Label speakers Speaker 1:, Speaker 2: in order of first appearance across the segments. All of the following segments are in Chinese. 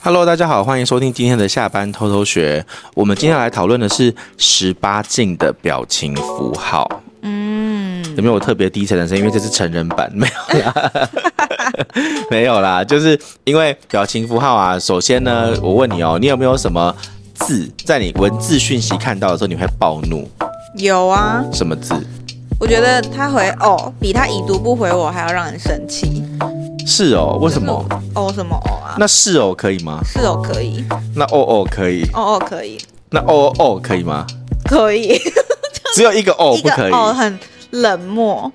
Speaker 1: Hello，大家好，欢迎收听今天的下班偷偷学。我们今天来讨论的是十八禁的表情符号。
Speaker 2: 嗯，
Speaker 1: 有没有特别低沉的声音？因为这是成人版，没有啦， 没有啦，就是因为表情符号啊。首先呢，我问你哦，你有没有什么字在你文字讯息看到的时候你会暴怒？
Speaker 2: 有啊，
Speaker 1: 什么字？
Speaker 2: 我觉得他回哦，比他已读不回我还要让人生气。
Speaker 1: 是哦，为什么？
Speaker 2: 哦什么哦啊？
Speaker 1: 那是哦可以吗？
Speaker 2: 是哦可以，
Speaker 1: 那哦哦可以？
Speaker 2: 哦哦可以，
Speaker 1: 那哦哦哦可以吗？
Speaker 2: 可以。
Speaker 1: 只有一个哦
Speaker 2: 一
Speaker 1: 不
Speaker 2: 个
Speaker 1: 可以
Speaker 2: 哦很冷漠，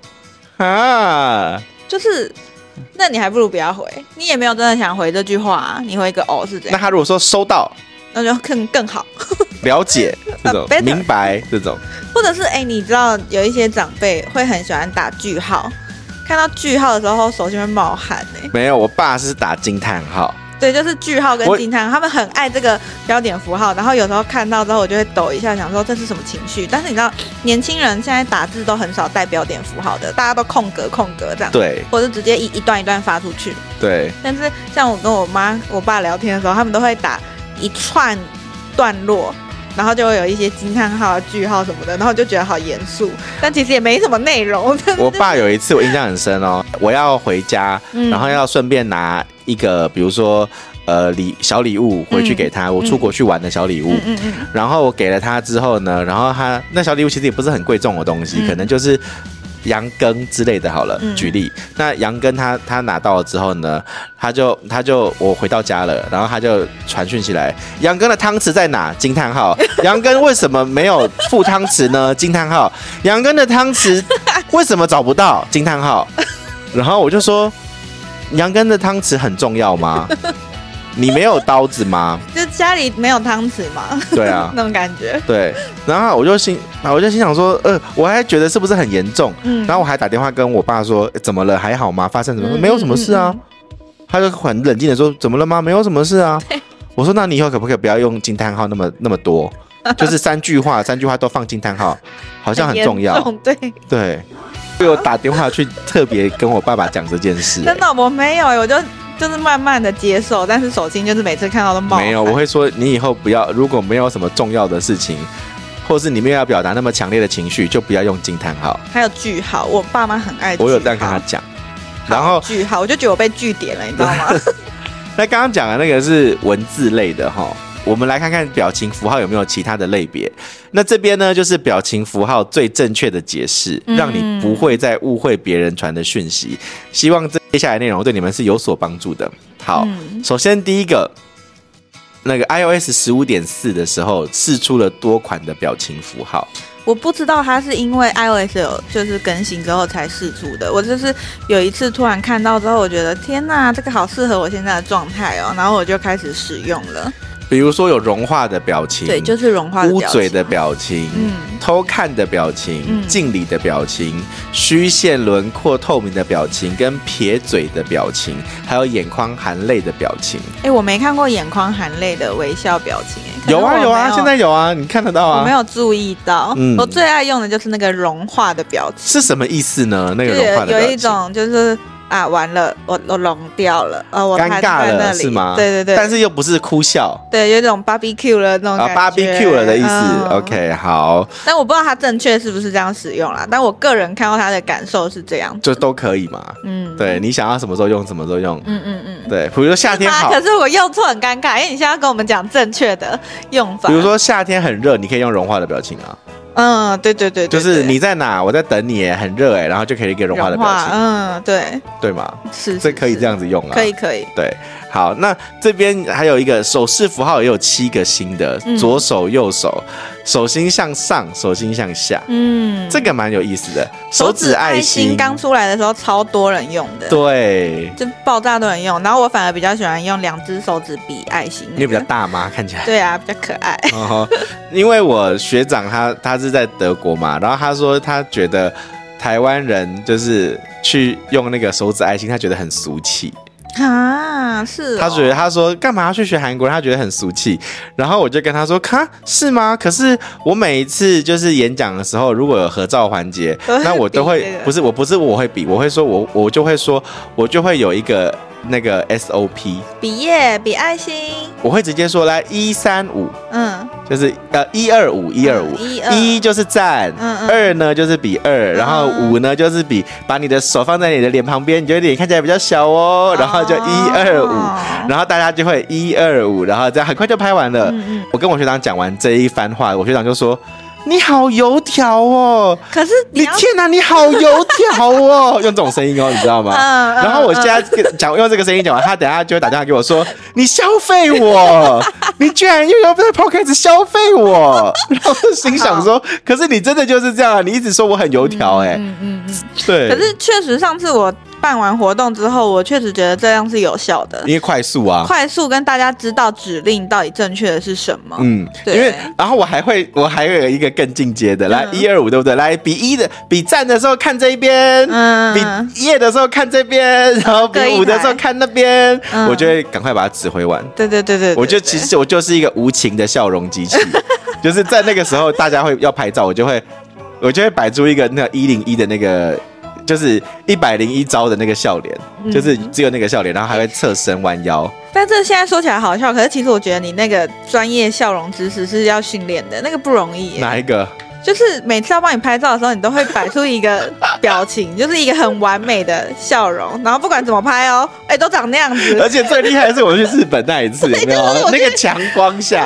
Speaker 1: 啊？
Speaker 2: 就是那你还不如不要回，你也没有真的想回这句话、啊，你回一个哦是怎
Speaker 1: 那
Speaker 2: 样，
Speaker 1: 他如果说收到、
Speaker 2: 那就更更好。
Speaker 1: 了解这种
Speaker 2: Uh, better、
Speaker 1: 明白这种，
Speaker 2: 或者是哎、你知道有一些长辈会很喜欢打句号，看到句号的时候手心会冒汗哎、
Speaker 1: 没有，我爸是打惊叹号。
Speaker 2: 对，就是句号跟
Speaker 1: 我
Speaker 2: 惊叹，号，他们很爱这个标点符号。然后有时候看到之后，我就会抖一下，想说这是什么情绪。但是你知道，年轻人现在打字都很少带标点符号的，大家都空格空格这样，
Speaker 1: 对
Speaker 2: 或者直接一一段一段发出去。
Speaker 1: 对，
Speaker 2: 但是像我跟我妈、我爸聊天的时候，他们都会打一串段落。然后就会有一些惊叹号、啊句号什么的，然后就觉得好严肃，但其实也没什么内容。但是
Speaker 1: 我爸有一次我印象很深哦，我要回家，
Speaker 2: 嗯
Speaker 1: 然后要顺便拿一个，比如说呃礼小礼物回去给他，我出国去玩的小礼物。
Speaker 2: 嗯嗯嗯，
Speaker 1: 然后我给了他之后呢，然后他那小礼物其实也不是很贵重的东西，
Speaker 2: 嗯
Speaker 1: 可能就是羊羹之类的。好了，
Speaker 2: 嗯
Speaker 1: 举例，那羊羹他他拿到了之后呢，他就他就我回到家了，然后他就传讯息来，羊羹的汤匙在哪？惊叹号！羊羹为什么没有附汤匙 呢？惊叹号！羊羹的汤匙为什么找不到？惊叹号！然后我就说，羊羹的汤匙很重要吗？你没有刀子吗？
Speaker 2: 就家里没有汤匙嘛，，
Speaker 1: 对啊
Speaker 2: 那种感觉。
Speaker 1: 对，然后我就心，然后我就心想说，呃，我还觉得是不是很严重？
Speaker 2: 嗯
Speaker 1: 然后我还打电话跟我爸说，诶怎么了？还好吗？发生什么事？
Speaker 2: 嗯
Speaker 1: 没有什么事啊
Speaker 2: 嗯。
Speaker 1: 他就很冷静的说，怎么了吗？没有什么事 啊。我说，那你以后可不可以不要用惊叹号那么那么 多？就是三句话，三句话都放惊叹号，好
Speaker 2: 好
Speaker 1: 像很重要。。
Speaker 2: 对，
Speaker 1: 对，所以我打电话去特别跟我爸爸讲这件 事、欸
Speaker 2: 真的我没有，我就就是慢慢的接受，但是手心就是每次看到都冒汗。
Speaker 1: 没有，我会说你以后不要，如果没有什么重要的事情，或是你没有要表达那么强烈的情绪，就不要用惊叹号。
Speaker 2: 还有句号，我爸妈很爱句号。
Speaker 1: 我有这样跟他讲。然后，
Speaker 2: 句号，我就觉得我被据点了，你知道吗？
Speaker 1: 那刚刚讲的那个是文字类的哈，我们来看看表情符号有没有其他的类别。那这边呢，就是表情符号最正确的解释，
Speaker 2: 嗯
Speaker 1: 让你不会再误会别人传的讯息。希望这接下来内容对你们是有所帮助的。好，
Speaker 2: 嗯
Speaker 1: 首先第一个，那个 iOS 十五点四的时候试出了多款的表情符号。
Speaker 2: 我不知道他是因为 iOS 有就是更新之后才试出的。我就是有一次突然看到之后，我觉得天呐，这个好适合我现在的状态哦，然后我就开始使用了。
Speaker 1: 比如说有融化的表情，
Speaker 2: 对，就是融化的
Speaker 1: 嗯捂
Speaker 2: 表
Speaker 1: 嘴
Speaker 2: 情
Speaker 1: 的表情，
Speaker 2: 嗯
Speaker 1: 偷看的表情，
Speaker 2: 嗯
Speaker 1: 敬礼的表情，虚线轮廓透明的表情，跟撇嘴的表情，还有眼眶含泪的表情。
Speaker 2: 哎、我没看过眼眶含泪的微笑表情、哎，可能
Speaker 1: 有啊
Speaker 2: 我
Speaker 1: 有
Speaker 2: 没
Speaker 1: 啊，现在有啊，你看得到
Speaker 2: 我没
Speaker 1: 啊。
Speaker 2: 有注意到。
Speaker 1: 嗯
Speaker 2: 我最爱用的就是那个融化的表情，
Speaker 1: 是什么意思呢？那个
Speaker 2: 就
Speaker 1: 融化
Speaker 2: 是
Speaker 1: 的
Speaker 2: 有
Speaker 1: 表
Speaker 2: 一
Speaker 1: 情，
Speaker 2: 种就是啊，完了，我我融掉了，呃，我
Speaker 1: 尴
Speaker 2: 瘫
Speaker 1: 尬
Speaker 2: 在那
Speaker 1: 了
Speaker 2: 里，
Speaker 1: 是吗？
Speaker 2: 对对对，
Speaker 1: 但是又不是哭笑
Speaker 2: 对有一种 barbecue 了那种
Speaker 1: 啊
Speaker 2: 感觉
Speaker 1: ，barbecue 了的意思。
Speaker 2: 嗯
Speaker 1: OK，好，
Speaker 2: 但我不知道它正确是不是这样使用啦，但我个人看到它的感受是这样，
Speaker 1: 就都可以嘛。
Speaker 2: 嗯，
Speaker 1: 对你想要什么时候用，什么时候用。
Speaker 2: 嗯嗯嗯。
Speaker 1: 对，比如说夏天
Speaker 2: 妈
Speaker 1: 好
Speaker 2: 可，是我用错很尴尬，因为你现在要跟我们讲正确的用法。
Speaker 1: 比如，说夏天很热，你可以用融化的表情啊。
Speaker 2: 嗯，对对对对
Speaker 1: 就是
Speaker 2: 对
Speaker 1: 你在哪，我在等你耶，很热哎，然后就可以给融化的表情，
Speaker 2: 嗯，对，
Speaker 1: 对吗？
Speaker 2: 是，
Speaker 1: 这可以这
Speaker 2: 样，
Speaker 1: 样子用啊，
Speaker 2: 可以。可以，
Speaker 1: 对，好，那这边还有一个手势符号，也有七个新的，
Speaker 2: 嗯
Speaker 1: 左手、右手，手心向上，手心向下，
Speaker 2: 嗯，
Speaker 1: 这个蛮有意思的。手
Speaker 2: 手
Speaker 1: 指爱心，
Speaker 2: 刚出来的时候超多人用的，
Speaker 1: 对，
Speaker 2: 就爆炸多人用，然后我反而比较喜欢用两只手指比爱心、那个
Speaker 1: 因为比较大嘛，看起来。
Speaker 2: 对啊，比较可爱，
Speaker 1: 哦，因为我学长他他是在德国嘛，然后他说他觉得台湾人就是去用那个手指爱心，他觉得很俗气。
Speaker 2: 啊，是哦、
Speaker 1: 他觉得他说干嘛要去学韩国人？他觉得很俗气。然后我就跟他说，哈，是吗？可是我每一次就是演讲的时候，如果有合照环节
Speaker 2: 都会，
Speaker 1: 那我都
Speaker 2: 比
Speaker 1: 会
Speaker 2: 这个
Speaker 1: 不是我不是我会比，我会说我我就会说我就会有一个那个 SOP，
Speaker 2: 比耶，比爱心，
Speaker 1: 我会直接说来一三五
Speaker 2: 嗯
Speaker 1: 就是呃一二五一二五
Speaker 2: 一二
Speaker 1: 一就是赞，
Speaker 2: 嗯嗯
Speaker 1: 二呢就是比二，然后
Speaker 2: 嗯
Speaker 1: 五呢就是比把你的手放在你的脸旁边，你觉得脸看起来比较小哦，然后就一二五，
Speaker 2: 哦
Speaker 1: 然后大家就会一二五，然后这样很快就拍完了。
Speaker 2: 嗯嗯。
Speaker 1: 我跟我学长讲完这一番话，我学长就说。你好油条哦！
Speaker 2: 可是你
Speaker 1: 你
Speaker 2: 要，
Speaker 1: 天哪、你好油条哦！ 用这种声音哦，你知道吗？
Speaker 2: 嗯
Speaker 1: 然后我现在跟讲用这个声音讲完，他等下就会打电话给我说：“你消费 我，你居然又要在 podcast 消费我。”然后我心想说：“可是你真的就是这样啊，你一直说我很油条哎、
Speaker 2: 嗯嗯嗯。
Speaker 1: 对，
Speaker 2: 可是确实，上次我办完活动之后，我确实觉得这样是有效的，
Speaker 1: 因为快速啊。”
Speaker 2: 快速跟大家知道指令到底正确的是什么。
Speaker 1: 嗯，因
Speaker 2: 对
Speaker 1: 为然后我还会，我还会有一个更进阶的，来
Speaker 2: 嗯
Speaker 1: 一二五对不对？来比一的比赞的时候看这一边，
Speaker 2: 嗯
Speaker 1: 比耶的时候看这边，然后比
Speaker 2: 各一
Speaker 1: 五的时候
Speaker 2: 台
Speaker 1: 看那边，
Speaker 2: 嗯
Speaker 1: 我就会赶快把它指挥完。
Speaker 2: 对对对对，对
Speaker 1: 我就其实我就是一个无情的笑容机器， 就是在那个时候大家会要拍照，我就会我就会摆出一个那一零一的那个。就是一百零一招的那个笑脸，
Speaker 2: 嗯
Speaker 1: 就是只有那个笑脸，然后还会侧身弯腰。
Speaker 2: 对但这现在说起来好笑，可是其实我觉得你那个专业笑容知识是要训练的，那个不容易耶。
Speaker 1: 哪一个？
Speaker 2: 就是每次要帮你拍照的时候，你都会摆出一个表 情，就是一个很完美的笑容，然后不管怎么拍哦，哎，都长那样
Speaker 1: 而
Speaker 2: 子。
Speaker 1: 且最厉害的是我去日本那一次，有没有
Speaker 2: 就是？我
Speaker 1: 那
Speaker 2: 去
Speaker 1: 个强光下，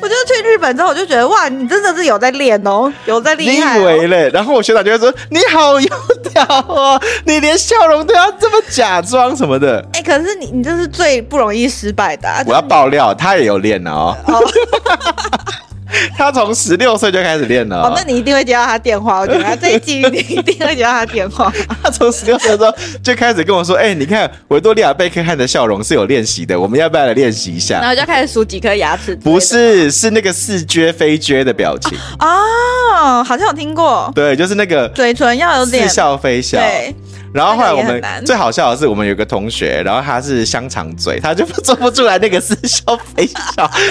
Speaker 2: 我就去日本之后，我就觉得哇，你真的是有在练哦，有在
Speaker 1: 你
Speaker 2: 厉害、
Speaker 1: 以
Speaker 2: 哦。
Speaker 1: 为嘞？然后我学长就会说：“你好油条哦，你连笑容都要这么假装什么的。
Speaker 2: 哎、可是你你这是最不容易失败的、啊”。
Speaker 1: 我要爆料，他也有练哦。他从十六岁就开始练了
Speaker 2: 哦，那你一定会接到他电话，我觉得他啊这一季你一定会接到他 电话。
Speaker 1: 他从十六岁的时候就开始跟我说：“哎、你看维多利亚贝克汉的笑容是有练习的，我们要不要来练习一
Speaker 2: 然
Speaker 1: 下
Speaker 2: 后就开始数几颗牙齿？”。
Speaker 1: 不是，是那个似撅非撅的表 情，
Speaker 2: 哦，好像有听过，
Speaker 1: 对，就是那个
Speaker 2: 嘴唇要有
Speaker 1: 似
Speaker 2: 点
Speaker 1: 笑非笑。
Speaker 2: 对，
Speaker 1: 然后后来我
Speaker 2: 那个
Speaker 1: 们
Speaker 2: 也很难
Speaker 1: 最好笑的是，我们有个同学，然后她是香肠嘴，她就做不出来那个似笑非笑。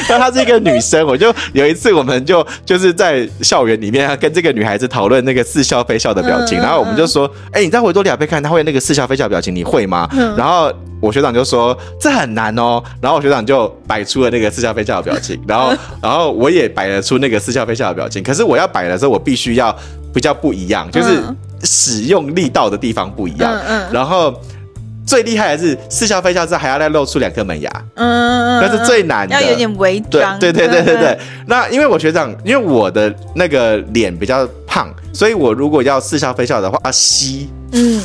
Speaker 1: 然后她是一个女生，我就有一次我们就就是在校园里面她跟这个女孩子讨论那个似笑非笑的表情，
Speaker 2: 嗯嗯
Speaker 1: 然后我们就说：“哎、你在维多利亚贝克汉她会那个似笑非笑的表情，你会吗？”
Speaker 2: 嗯
Speaker 1: 然后我学长就说：“这很难哦。”然后我学长就摆出了那个似笑非笑的表情，然
Speaker 2: 嗯
Speaker 1: 后 然后我也摆了出那个似笑非笑的表情，可是我要摆的时候，我必须要比较不一样，就是
Speaker 2: 嗯
Speaker 1: 使用力道的地方不一样。
Speaker 2: 嗯嗯
Speaker 1: 然后最厉害的是似笑非笑之后还要再露出两颗门牙，
Speaker 2: 嗯嗯，嗯
Speaker 1: 那是最难的。
Speaker 2: 要有点违
Speaker 1: 对
Speaker 2: 章。
Speaker 1: 对对对对对
Speaker 2: 嗯，。
Speaker 1: 那因为我学长，因为我的那个脸比较胖，所以我如果要似笑非笑的话啊吸，
Speaker 2: 嗯，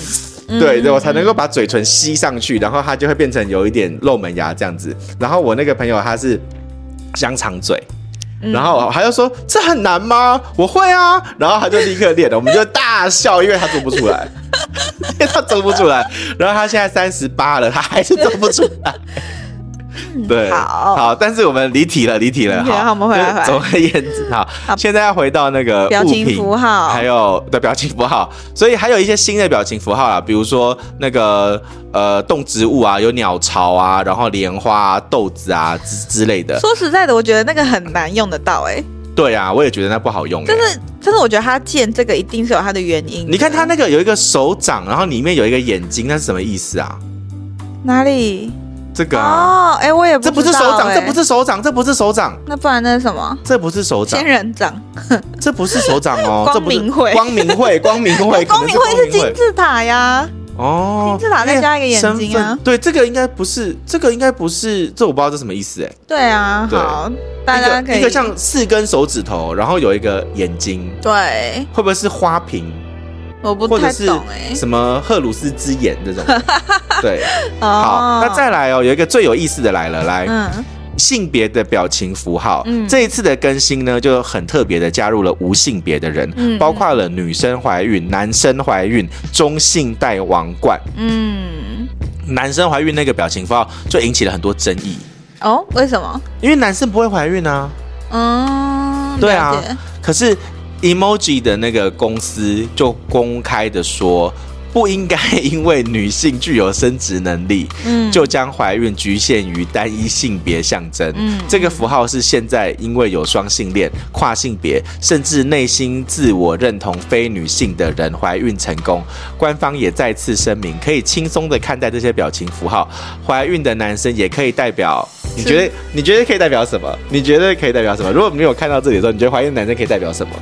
Speaker 2: 嗯
Speaker 1: 对对，我才能够把嘴唇吸上去，然后它就会变成有一点露门牙这样子。然后我那个朋友他是香肠嘴，
Speaker 2: 嗯
Speaker 1: 然后他就说这很难吗？我会啊，然后他就立刻练了，我们就大笑，因为他做不出来， 因为他做不出来。然后他现在三十八了，他还是做不出来。对，
Speaker 2: 嗯好
Speaker 1: 但是我们离题了，离题了。
Speaker 2: 离题了
Speaker 1: 好，
Speaker 2: 好我们回来
Speaker 1: 就是
Speaker 2: 回来
Speaker 1: 总而言之，好，
Speaker 2: 好
Speaker 1: 现在要回到那个
Speaker 2: 表
Speaker 1: 物
Speaker 2: 情
Speaker 1: 品
Speaker 2: 符号
Speaker 1: 还有对表情符号，所以还有一些新的表情符号啦，啊比如说那个呃动植物啊，有鸟巢啊，然后莲花、啊、豆子啊之之类的。
Speaker 2: 说实在的，我觉得那个很难用得到、哎，
Speaker 1: 对啊，我也觉得那不好用、欸。
Speaker 2: 但是但是我觉得他建这个一定是有他的原因的。
Speaker 1: 你看他那个有一个手掌，然后里面有一个眼睛，那是什么意思啊？
Speaker 2: 哪里？
Speaker 1: 这个啊，
Speaker 2: 哦，哎、我也不
Speaker 1: 这不是
Speaker 2: 知道
Speaker 1: 手掌，
Speaker 2: 哎
Speaker 1: 这不是手掌，这不是手掌，
Speaker 2: 那不然那是什么？
Speaker 1: 这不是手掌
Speaker 2: 仙，人掌，
Speaker 1: 这不是手掌哦，
Speaker 2: 光
Speaker 1: 这不是
Speaker 2: 明会
Speaker 1: 光明会，光明会，
Speaker 2: 光明会
Speaker 1: 可能
Speaker 2: 是金字塔呀。
Speaker 1: 哦，
Speaker 2: 金字塔再加一个眼睛啊
Speaker 1: 因为身份对，这个应该不是，这个应该不是，这我不知道这什么意思哎。
Speaker 2: 对啊，
Speaker 1: 对
Speaker 2: 好，大
Speaker 1: 一
Speaker 2: 家可
Speaker 1: 个
Speaker 2: 以
Speaker 1: 一个像四根手指头，然后有一个眼睛，
Speaker 2: 对，
Speaker 1: 会不会是花瓶，
Speaker 2: 我不
Speaker 1: 或者
Speaker 2: 太
Speaker 1: 是
Speaker 2: 懂哎、
Speaker 1: 什么赫鲁斯之眼这种？ 对，
Speaker 2: 哦
Speaker 1: 好，那再来哦，有一个最有意思的来了，来。
Speaker 2: 嗯
Speaker 1: 性别的表情符号。
Speaker 2: 嗯
Speaker 1: 这一次的更新呢，就很特别的加入了无性别的人，
Speaker 2: 嗯
Speaker 1: 包括了女生怀孕、男生怀孕、中性戴王冠。
Speaker 2: 嗯，
Speaker 1: 男生怀孕那个表情符号就引起了很多争议，
Speaker 2: 哦，为什么？
Speaker 1: 因为男生不会怀孕啊。
Speaker 2: 嗯，
Speaker 1: 对啊
Speaker 2: 了解，
Speaker 1: 可是 emoji 的那个公司就公开的说。不应该因为女性具有生殖能力，
Speaker 2: 嗯
Speaker 1: 就将怀孕局限于单一性别象征。
Speaker 2: 嗯
Speaker 1: 这个符号是现在因为有双性恋、跨性别，甚至内心自我认同非女性的人怀孕成功，官方也再次声明，可以轻松的看待这些表情符号。怀孕的男生也可以代表，你觉得你觉得可以代表什么？你觉得可以代表什么？如果没有看到这里的时候，你觉得怀孕的男生可以代表 什么？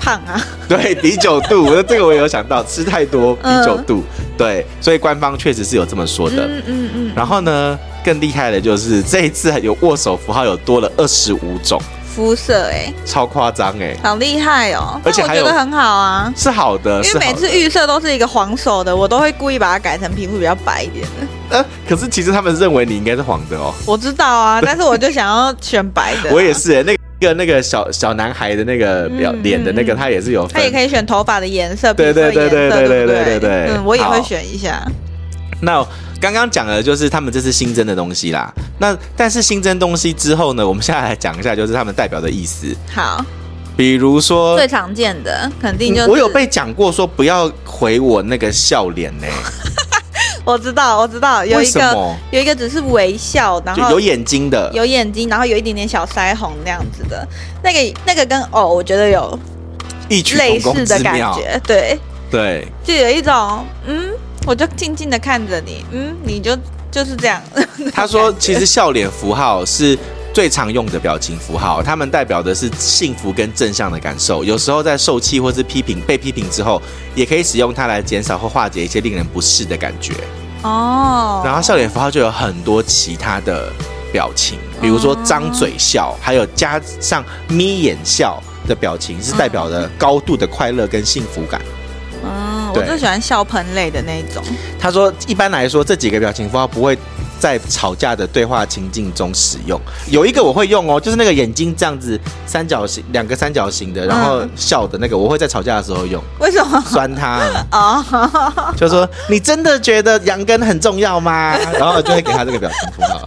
Speaker 2: 胖啊，
Speaker 1: 对，啤酒肚，那这个我也有想到，吃太多啤
Speaker 2: 嗯
Speaker 1: 酒肚。对，所以官方确实是有这么说的。
Speaker 2: 嗯嗯嗯，
Speaker 1: 然后呢，更厉害的就是这一次有握手符号有多了二十五种，
Speaker 2: 肤色哎、
Speaker 1: 超夸张哎、
Speaker 2: 好厉害哦，
Speaker 1: 而且
Speaker 2: 但
Speaker 1: 还
Speaker 2: 我觉
Speaker 1: 有
Speaker 2: 得很好啊。
Speaker 1: 是好的，
Speaker 2: 因
Speaker 1: 是
Speaker 2: 为每
Speaker 1: 好
Speaker 2: 次
Speaker 1: 的。
Speaker 2: 预设都是一个黄手的，我都会故意把它改成皮肤比较白一点 的。
Speaker 1: 呃，可是其实他们认为你应该是黄的哦。
Speaker 2: 我知道啊，但是我就想要选白的啊、
Speaker 1: 我也是、欸，那个那个小小男孩的那个表
Speaker 2: 嗯
Speaker 1: 脸的那个，
Speaker 2: 嗯嗯
Speaker 1: 他也是有
Speaker 2: 他
Speaker 1: 分
Speaker 2: 也。可以选头发的颜色，
Speaker 1: 对
Speaker 2: 比如说
Speaker 1: 对对
Speaker 2: 颜色
Speaker 1: 对
Speaker 2: 对
Speaker 1: 对
Speaker 2: 不
Speaker 1: 对对对
Speaker 2: 嗯，我也会
Speaker 1: 好
Speaker 2: 选一下。
Speaker 1: 那刚刚讲的就是他们这次新增的东西啦。那但是新增东西之后呢，我们现在来讲一下，就是他们代表的意思。
Speaker 2: 好，
Speaker 1: 比如说，
Speaker 2: 最常见的肯定就是
Speaker 1: 呃我有被讲过说不要回我那个笑脸呢、
Speaker 2: 我知道我知道有
Speaker 1: 为
Speaker 2: 一
Speaker 1: 什
Speaker 2: 个
Speaker 1: 么？
Speaker 2: 有一个只是微笑，然
Speaker 1: 就
Speaker 2: 后
Speaker 1: 有眼睛的，
Speaker 2: 有眼睛，然后有一点点小腮红那样子的，那个那个跟偶我觉得有
Speaker 1: 异曲
Speaker 2: 类
Speaker 1: 同
Speaker 2: 似
Speaker 1: 工
Speaker 2: 的
Speaker 1: 之
Speaker 2: 感
Speaker 1: 妙。
Speaker 2: 觉，对，
Speaker 1: 对，
Speaker 2: 就有一种嗯，我就静静的看着你，嗯，你就就是这样。
Speaker 1: 他说其实笑脸符号是。最常用的表情符号， 它们代表的是幸福跟正向的感受。有时候在受气或是批评被批评之后，也可以使用它来减少或化解一些令人不适的感觉。
Speaker 2: 哦，
Speaker 1: 然后笑脸符号就有很多其他的表情，比如说张嘴
Speaker 2: 哦
Speaker 1: 笑，还有加上眯眼笑的表情，是代表了高度的快乐跟幸福感。
Speaker 2: 嗯，我
Speaker 1: 对
Speaker 2: 就喜欢笑喷类的那一种，
Speaker 1: 他说，一般来说这几个表情符号不会在吵架的对话情境中使用，有一个我会用哦，就是那个眼睛这样子三角形，两个三角形的，然后
Speaker 2: 嗯
Speaker 1: 笑的那个，我会在吵架的时候用，
Speaker 2: 为什么？
Speaker 1: 酸他，
Speaker 2: 哦，
Speaker 1: 就说你真的觉得羊羹很重要吗？ 然后我就会给他这个表情符号。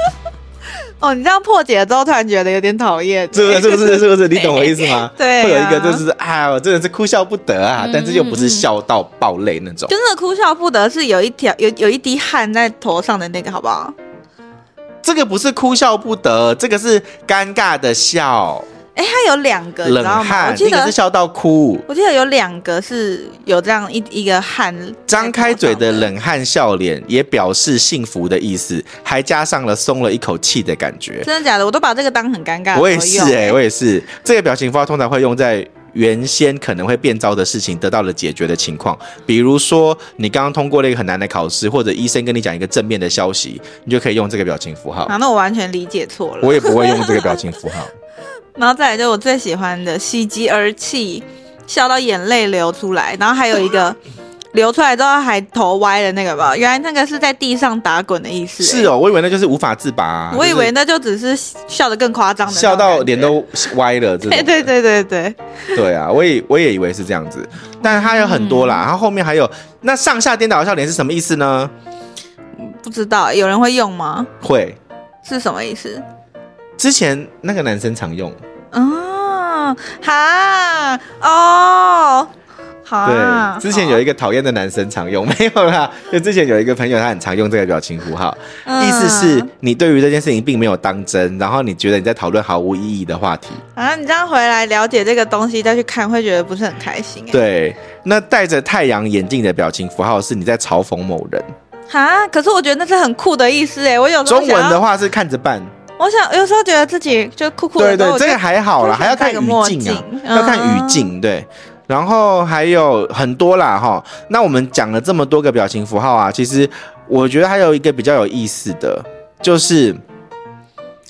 Speaker 2: 哦，你这样破解了之后，突然觉得有点讨厌，
Speaker 1: 是不是？是不是？是不是？你懂我意思吗？
Speaker 2: 对啊嗯
Speaker 1: 会有一个就是啊，我真的是哭笑不得啊，但是又不是笑到爆泪那种。
Speaker 2: 就那个哭笑不得是有一条有有一滴汗在头上的那个，好不好？
Speaker 1: 这个不是哭笑不得，这个是尴尬的笑，
Speaker 2: 哎，它有两个，你知
Speaker 1: 冷
Speaker 2: 道吗？我
Speaker 1: 汗，
Speaker 2: 记
Speaker 1: 那个
Speaker 2: 得
Speaker 1: 是笑到 哭，
Speaker 2: 我记得有两个是有这样一一个汗
Speaker 1: 张开嘴的
Speaker 2: 在头上
Speaker 1: 冷汗笑脸也表示幸福的意思，还加上了松了一口气的感觉
Speaker 2: 的，。 真的假的？我都把这个当很尴尬的时候
Speaker 1: 我
Speaker 2: 用。欸
Speaker 1: 也是哎、我也是。这个表情符号通常会用在原先可能会变糟的事情得到了解决的情况，比如说你刚刚通过了一个很难的考试，或者医生跟你讲一个正面的消息，你就可以用这个表情符号
Speaker 2: 啊，。那我完全理解错了。
Speaker 1: 我也不会用这个表情符号。
Speaker 2: 然后再来就是我最喜欢的喜极而泣，笑到眼泪流出来，然后还有一个 流出来之后还头歪的那个吧，原来那个是在地上打滚的意思、
Speaker 1: 是
Speaker 2: 哦，
Speaker 1: 哦，我以为那就是无法自拔啊、
Speaker 2: 我以
Speaker 1: 就是
Speaker 2: 为那就只是笑得更夸张的那种
Speaker 1: 笑到
Speaker 2: 感觉
Speaker 1: 脸。都歪了，这种
Speaker 2: 对对对对对，
Speaker 1: 对啊，我也我也以为是这样子，但它有很多
Speaker 2: 嗯
Speaker 1: 啦，然后后面还有那上下颠倒的笑脸是什么意思呢？
Speaker 2: 不知道有人会用吗？
Speaker 1: 会
Speaker 2: 是什么意思？
Speaker 1: 之前那个男生常用，
Speaker 2: 啊哈哦，好啊
Speaker 1: 对，之前有一个讨厌的男生常用， 没有啦。就之前有一个朋友，他很常用这个表情符号，
Speaker 2: 嗯
Speaker 1: 意思是你对于这件事情并没有当真，然后你觉得你在讨论毫无意义的话题。
Speaker 2: 啊，你这样回来了解这个东西再去看，会觉得不是很开心哎。
Speaker 1: 对，那戴着太阳眼镜的表情符号是你在嘲讽某人。
Speaker 2: 哈，可是我觉得那是很酷的意思哎，我有时候
Speaker 1: 中
Speaker 2: 想
Speaker 1: 文
Speaker 2: 要
Speaker 1: 的话是看着办，
Speaker 2: 我想有时候觉得自己就酷酷
Speaker 1: 对
Speaker 2: 的，然
Speaker 1: 对，
Speaker 2: 后我就
Speaker 1: 这个还好啦，
Speaker 2: 就想
Speaker 1: 还要看
Speaker 2: 戴
Speaker 1: 语
Speaker 2: 个墨
Speaker 1: 境啊，
Speaker 2: 镜嗯
Speaker 1: 要看语境对。然后还有很多啦哈，那我们讲了这么多个表情符号啊，其实我觉得还有一个比较有意思的，就是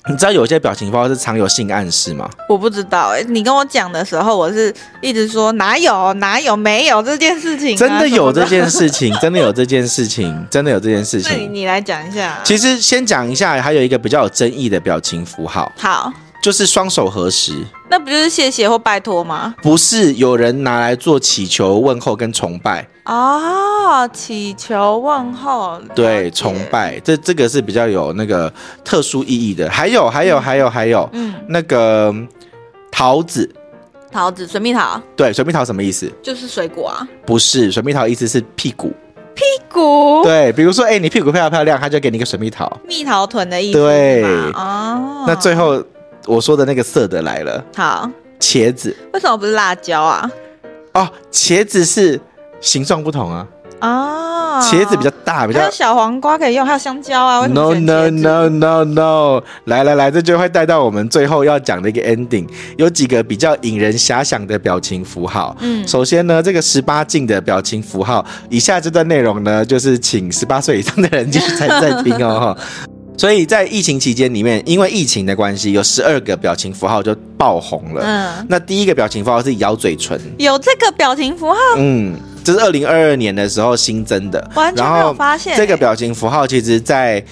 Speaker 1: 你知道有些表情符号是常有性暗示吗？
Speaker 2: 我不知道哎、你跟我讲的时候，我是一直说哪有哪有没有这件事情啊、
Speaker 1: 真的有
Speaker 2: 什么
Speaker 1: 这件事情，真的有这件事 情，真的有这件事
Speaker 2: 那你
Speaker 1: 情。
Speaker 2: 你来讲一下。
Speaker 1: 其实先讲一下，还有一个比较有争议的表情符号，
Speaker 2: 好，
Speaker 1: 就是双手合十。
Speaker 2: 那不就是谢谢或拜托吗？
Speaker 1: 不是有人拿来做祈求、问候跟崇拜，
Speaker 2: 哦，祈求问候，了
Speaker 1: 对，
Speaker 2: 解
Speaker 1: 崇，拜，这这个是比较有那个特殊意义的。还有，还有，还有，还有
Speaker 2: 嗯，
Speaker 1: 那个桃子，
Speaker 2: 桃子水蜜桃
Speaker 1: 对，水蜜桃什么意思？
Speaker 2: 就是水果啊，
Speaker 1: 不是，水蜜桃意思是屁股，
Speaker 2: 股
Speaker 1: 对，比如说，哎、你屁股漂不漂亮，他就给你一个水蜜桃。
Speaker 2: 蜜桃臀的意思
Speaker 1: 对
Speaker 2: 是吗哦，
Speaker 1: 那最后我说的那个色的来了，
Speaker 2: 好，
Speaker 1: 茄子
Speaker 2: 为什么不是辣椒啊？
Speaker 1: 哦，茄子是形状不同啊，
Speaker 2: 哦，
Speaker 1: 茄子比较大，比
Speaker 2: 还
Speaker 1: 较
Speaker 2: 有。小黄瓜可以用，还有香蕉啊。为什
Speaker 1: No
Speaker 2: 么选茄
Speaker 1: no no
Speaker 2: 子
Speaker 1: no no！来来来，这就会带到我们最后要讲的一个 ending，有几个比较引人遐想的表情符号。
Speaker 2: 嗯，
Speaker 1: 首先呢，这个十八禁的表情符号，以下这段内容呢，就是请十八岁以上的人继续在在听 哦。哈所以在疫情期间里面，因为疫情的关系，有十二个表情符号就爆红了。
Speaker 2: 嗯，哦
Speaker 1: 那第一个表情符号是咬嘴唇，
Speaker 2: 有这个表情符号，
Speaker 1: 嗯，这是二零二二年的时候新增的，
Speaker 2: 完全没有发现欸
Speaker 1: 这个表情符号其实在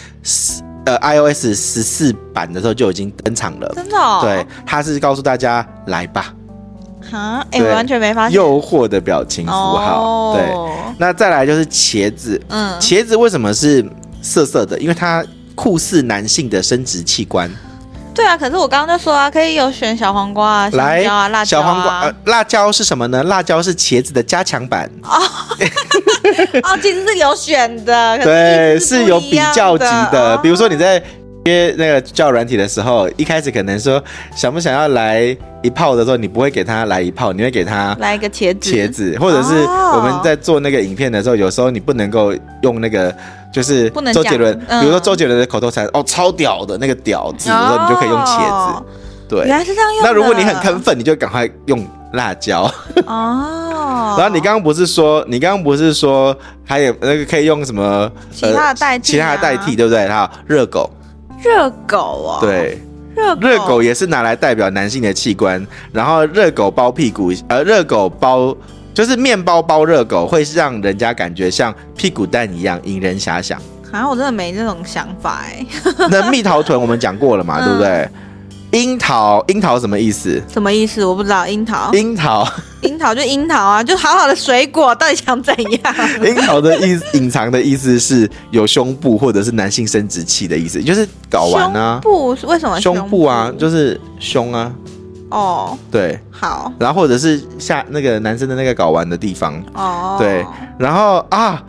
Speaker 1: 呃 iOS 十四版的时候就已经登场了。
Speaker 2: 真的哦。
Speaker 1: 对，，它是告诉大家来吧，
Speaker 2: 哈，哎，
Speaker 1: 对
Speaker 2: 我完全没发现。
Speaker 1: 诱惑的表情符号。对，
Speaker 2: 哦，
Speaker 1: 那再来就是茄子，
Speaker 2: 嗯，
Speaker 1: 茄子为什么是涩涩的？因为它酷似男性的生殖器官。
Speaker 2: 对啊，可是我刚刚就说啊，可以有选小黄瓜啊、香
Speaker 1: 来，
Speaker 2: 蕉啊、辣椒
Speaker 1: 小
Speaker 2: 啊。
Speaker 1: 黄瓜、呃，辣椒是什么呢？辣椒是茄子的加强版。
Speaker 2: 哦，其实是有选的，可
Speaker 1: 对，
Speaker 2: 是意思
Speaker 1: 是
Speaker 2: 不
Speaker 1: 有
Speaker 2: 一
Speaker 1: 比
Speaker 2: 样
Speaker 1: 较级的。比如说
Speaker 2: 哦
Speaker 1: 你在约那个叫软体的时候，一开始可能说想不想要来一炮的时候，你不会给他来一炮，你会给他
Speaker 2: 来一个茄子，
Speaker 1: 茄子，或者是
Speaker 2: 哦
Speaker 1: 我们在做那个影片的时候，有时候你不能够用那个。就是
Speaker 2: 不能
Speaker 1: 周杰伦，
Speaker 2: 讲嗯
Speaker 1: 比如说周杰伦的口头禅、哦，超屌的那个屌字，然后、你就可以用茄子
Speaker 2: 哦。。原
Speaker 1: 对，
Speaker 2: 来是这样用的。
Speaker 1: 那如果你很坑愤，你就赶快用辣椒。
Speaker 2: 哦，
Speaker 1: 然后你刚刚不是说，你刚刚不是说还有那个可以用什么呃
Speaker 2: 其他的代替啊
Speaker 1: 其他的代替，对不对？还有热狗，
Speaker 2: 热狗哦，，
Speaker 1: 对，
Speaker 2: 热
Speaker 1: 热狗也是拿来代表男性的器官。然后热狗包屁股，呃，热狗包就是面包包热狗，会让人家感觉像屁股蛋一样，引人遐想。
Speaker 2: 好像我真的没这种想法哎，
Speaker 1: 那蜜桃臀我们讲过了嘛，
Speaker 2: 嗯
Speaker 1: 对不对？樱桃，樱桃什么意思？
Speaker 2: 什么意思？我不知道。樱桃，
Speaker 1: 樱桃，
Speaker 2: 樱桃就樱桃啊，就好好的水果，到底想怎样？
Speaker 1: 樱桃的意隐藏的意思是有胸部或者是男性生殖器的意思，就是睾丸啊
Speaker 2: 胸。部为什么
Speaker 1: 胸部啊，就是胸啊，
Speaker 2: 哦，
Speaker 1: 对，
Speaker 2: 好
Speaker 1: 然后或者是下那个男生的那个睾丸的地方，
Speaker 2: 哦，
Speaker 1: 对然后啊，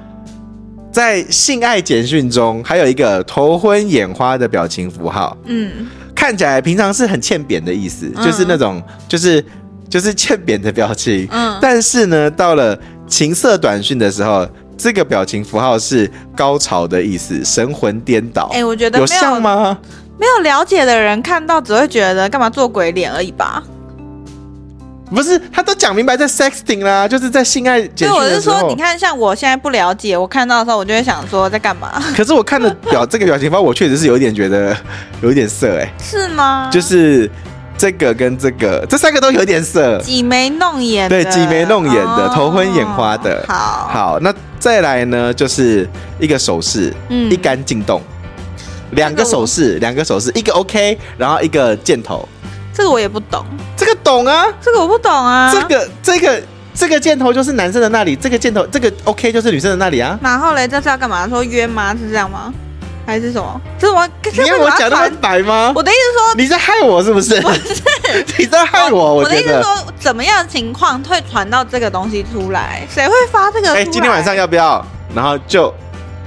Speaker 1: 在性爱简讯中还有一个头昏眼花的表情符号，
Speaker 2: 嗯，
Speaker 1: 看起来平常是很欠扁的意思，
Speaker 2: 嗯
Speaker 1: 就是那种就是就是欠扁的表情，
Speaker 2: 嗯
Speaker 1: 但是呢，到了情色短讯的时候。这个表情符号是高潮的意思，神魂颠倒。
Speaker 2: 哎、我觉得
Speaker 1: 有
Speaker 2: 没有
Speaker 1: 像吗？
Speaker 2: 没有了解的人看到只会觉得干嘛做鬼脸而已吧。
Speaker 1: 不是，他都讲明白在 sexting 啦，就是在性爱简
Speaker 2: 对，
Speaker 1: 讯
Speaker 2: 我
Speaker 1: 的
Speaker 2: 是
Speaker 1: 时候。
Speaker 2: 说，你看， 像我现在不了解，我看到的时候，我就会想说在干嘛？
Speaker 1: 可是我看了表这个表情包，我确实是有一点觉得有一点色哎、
Speaker 2: 是吗？
Speaker 1: 就是这个跟这个这三个都有点色。
Speaker 2: 挤眉弄眼的，哦
Speaker 1: 对挤眉弄眼的头昏眼花的
Speaker 2: 好，，
Speaker 1: 好，那再来呢，就是一个手势，
Speaker 2: 嗯
Speaker 1: 一杆进洞，两个手势，两个手势，一个 OK，然后一个箭头，
Speaker 2: 这个我也不懂，
Speaker 1: 这个懂啊，
Speaker 2: 这个我不懂啊。
Speaker 1: 这个这个这个箭头就是男生的那里，这个箭头这个 OK 就是女生的那里啊。
Speaker 2: 然后嘞，这是要干嘛？说约吗？是这样吗？还是什么？这是我，这是
Speaker 1: 你要我
Speaker 2: 把它
Speaker 1: 讲那
Speaker 2: 传
Speaker 1: 么白吗？
Speaker 2: 我的意思说，
Speaker 1: 你在害我是不是？ 你在害我，
Speaker 2: 我的
Speaker 1: 觉
Speaker 2: 意思
Speaker 1: 得
Speaker 2: 是。说，怎么样的情况会传到这个东西出来？谁会发这个出来？
Speaker 1: 哎、今天晚上要不要？然后就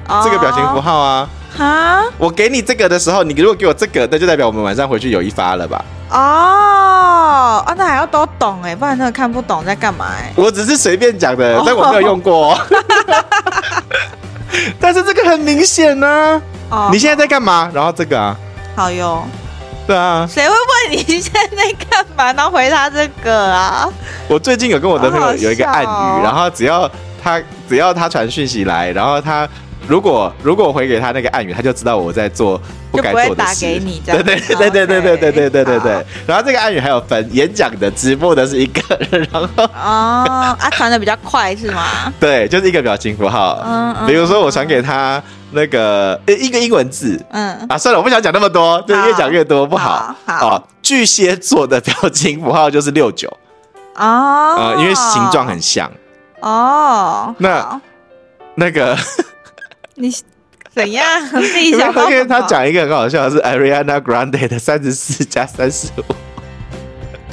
Speaker 2: 哦
Speaker 1: 这个表情符号啊。
Speaker 2: 哈
Speaker 1: 我给你这个的时候，你如果给我这个，那就代表我们晚上回去有一发了吧？
Speaker 2: 哦啊，那还要都懂哎，不然真的看不懂在干嘛哎。
Speaker 1: 我只是随便讲的
Speaker 2: 哦，
Speaker 1: 但我没有用过。但是这个很明显呢、
Speaker 2: 哦，
Speaker 1: 你现在在干嘛？然后这个啊，
Speaker 2: 好哟，
Speaker 1: 对啊，
Speaker 2: 谁会问你现在干嘛？然后回答这个啊？
Speaker 1: 我最近有跟我的朋
Speaker 2: 好
Speaker 1: 友
Speaker 2: 好笑
Speaker 1: 有一个暗
Speaker 2: 哦
Speaker 1: 语，然后只要他只要他传讯息来，然后他如果如果我回给他那个暗语，他就知道我在做不该做
Speaker 2: 就不
Speaker 1: 的
Speaker 2: 会打
Speaker 1: 事。
Speaker 2: 给你这
Speaker 1: 对对
Speaker 2: 样子
Speaker 1: 对对对对对对对对
Speaker 2: OK，
Speaker 1: 对。然后这个暗语还有分演讲的、直播的是一个，然后
Speaker 2: 哦，啊，传的比较快是吗？
Speaker 1: 对，就是一个表情符号。
Speaker 2: 嗯嗯。
Speaker 1: 比如说我传给他那个呃一个英文字
Speaker 2: 嗯，
Speaker 1: 啊，算了，我不想讲那么多，就是
Speaker 2: 好
Speaker 1: 越讲越多不好。
Speaker 2: 好好
Speaker 1: 哦，巨蟹座的表情符号就是六九，
Speaker 2: 哦，
Speaker 1: 呃，因为形状很像。
Speaker 2: 哦，
Speaker 1: 那
Speaker 2: 好
Speaker 1: 那个。
Speaker 2: 你怎样自 己
Speaker 1: 因为
Speaker 2: 想到
Speaker 1: 他
Speaker 2: 什么？
Speaker 1: 他讲一个很好笑的是 Ariana Grande 的三十四加三十五，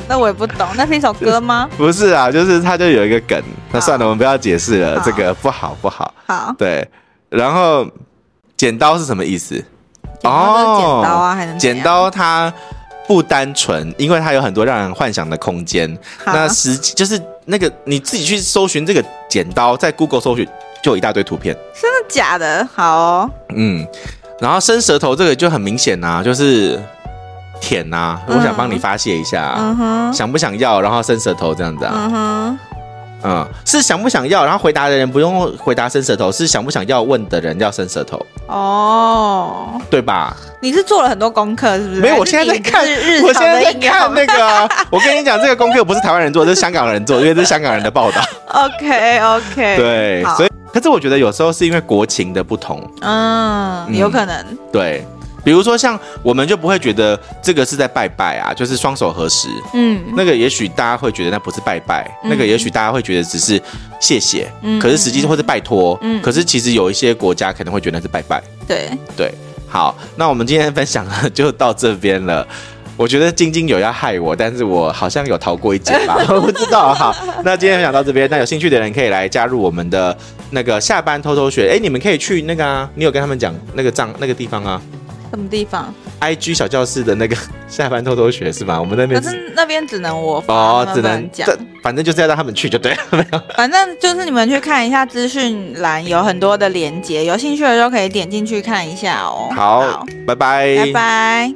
Speaker 2: 那我也不懂，那是一首歌吗？
Speaker 1: 不是啊，就是他就有一个梗。那算了，我们不要解释了，
Speaker 2: 哦好
Speaker 1: 这个不好不好。
Speaker 2: 好，
Speaker 1: 对，然后剪刀是什么意思？
Speaker 2: 剪刀就是剪刀啊，还能怎样
Speaker 1: 哦剪？刀它不单纯，因为它有很多让人幻想的空间。
Speaker 2: 好
Speaker 1: 那实际就是那个你自己去搜寻这个剪刀，在 Google 搜寻就有一大堆图片。
Speaker 2: 真的假的？好哦，
Speaker 1: 嗯，然后伸舌头这个就很明显啊，就是舔啊，
Speaker 2: 嗯
Speaker 1: 我想帮你发泄一下啊、
Speaker 2: 嗯哼，
Speaker 1: 想不想要？然后伸舌头这样子啊，
Speaker 2: 嗯哼，
Speaker 1: 嗯，是想不想要？然后回答的人不用回答伸舌头，是想不想要问的人要伸舌头，
Speaker 2: 哦，
Speaker 1: 对吧？
Speaker 2: 你是做了很多功课是不是？
Speaker 1: 没有，我
Speaker 2: 还是
Speaker 1: 现在在
Speaker 2: 你
Speaker 1: 看
Speaker 2: 是日，
Speaker 1: 我
Speaker 2: 常
Speaker 1: 现
Speaker 2: 的
Speaker 1: 在在
Speaker 2: 应用
Speaker 1: 看那个啊、 我跟你讲，这个功课不是台湾人做，这是香港人做，因为这是香港人的报 道。
Speaker 2: OK OK，，
Speaker 1: 对
Speaker 2: 好，
Speaker 1: 所以可是我觉得有时候是因为国情的不同，
Speaker 2: 嗯，有可能，
Speaker 1: 对，比如说像我们就不会觉得这个是在拜拜啊，就是双手合十，
Speaker 2: 嗯
Speaker 1: 那个也许大家会觉得那不是拜拜，
Speaker 2: 嗯
Speaker 1: 那个也许大家会觉得只是谢谢，
Speaker 2: 嗯
Speaker 1: 可是实际或是拜托，
Speaker 2: 嗯
Speaker 1: 可是其实有一些国家可能会觉得那是拜拜。
Speaker 2: 对，
Speaker 1: 对，好，那我们今天的分享呢就到这边了。我觉得晶晶有要害我，但是我好像有逃过一劫 吧，我不知道。好，那今天分享到这边，那有兴趣的人可以来加入我们的那个下班偷偷学。哎、你们可以去那个啊，你有跟他们讲那个账那个地方啊
Speaker 2: 什么地方？
Speaker 1: ，IG 小教室的那个下班偷偷学是吗？我们那边
Speaker 2: 可
Speaker 1: 是
Speaker 2: 是那边只能我发
Speaker 1: 哦，
Speaker 2: 他们
Speaker 1: 只
Speaker 2: 不
Speaker 1: 能
Speaker 2: 讲。
Speaker 1: 这反正就是要让他们去就对了，没有。
Speaker 2: 反正就是你们去看一下资讯栏，有很多的连接，有兴趣的时候可以点进去看一下哦。
Speaker 1: 好，拜拜，
Speaker 2: 拜拜。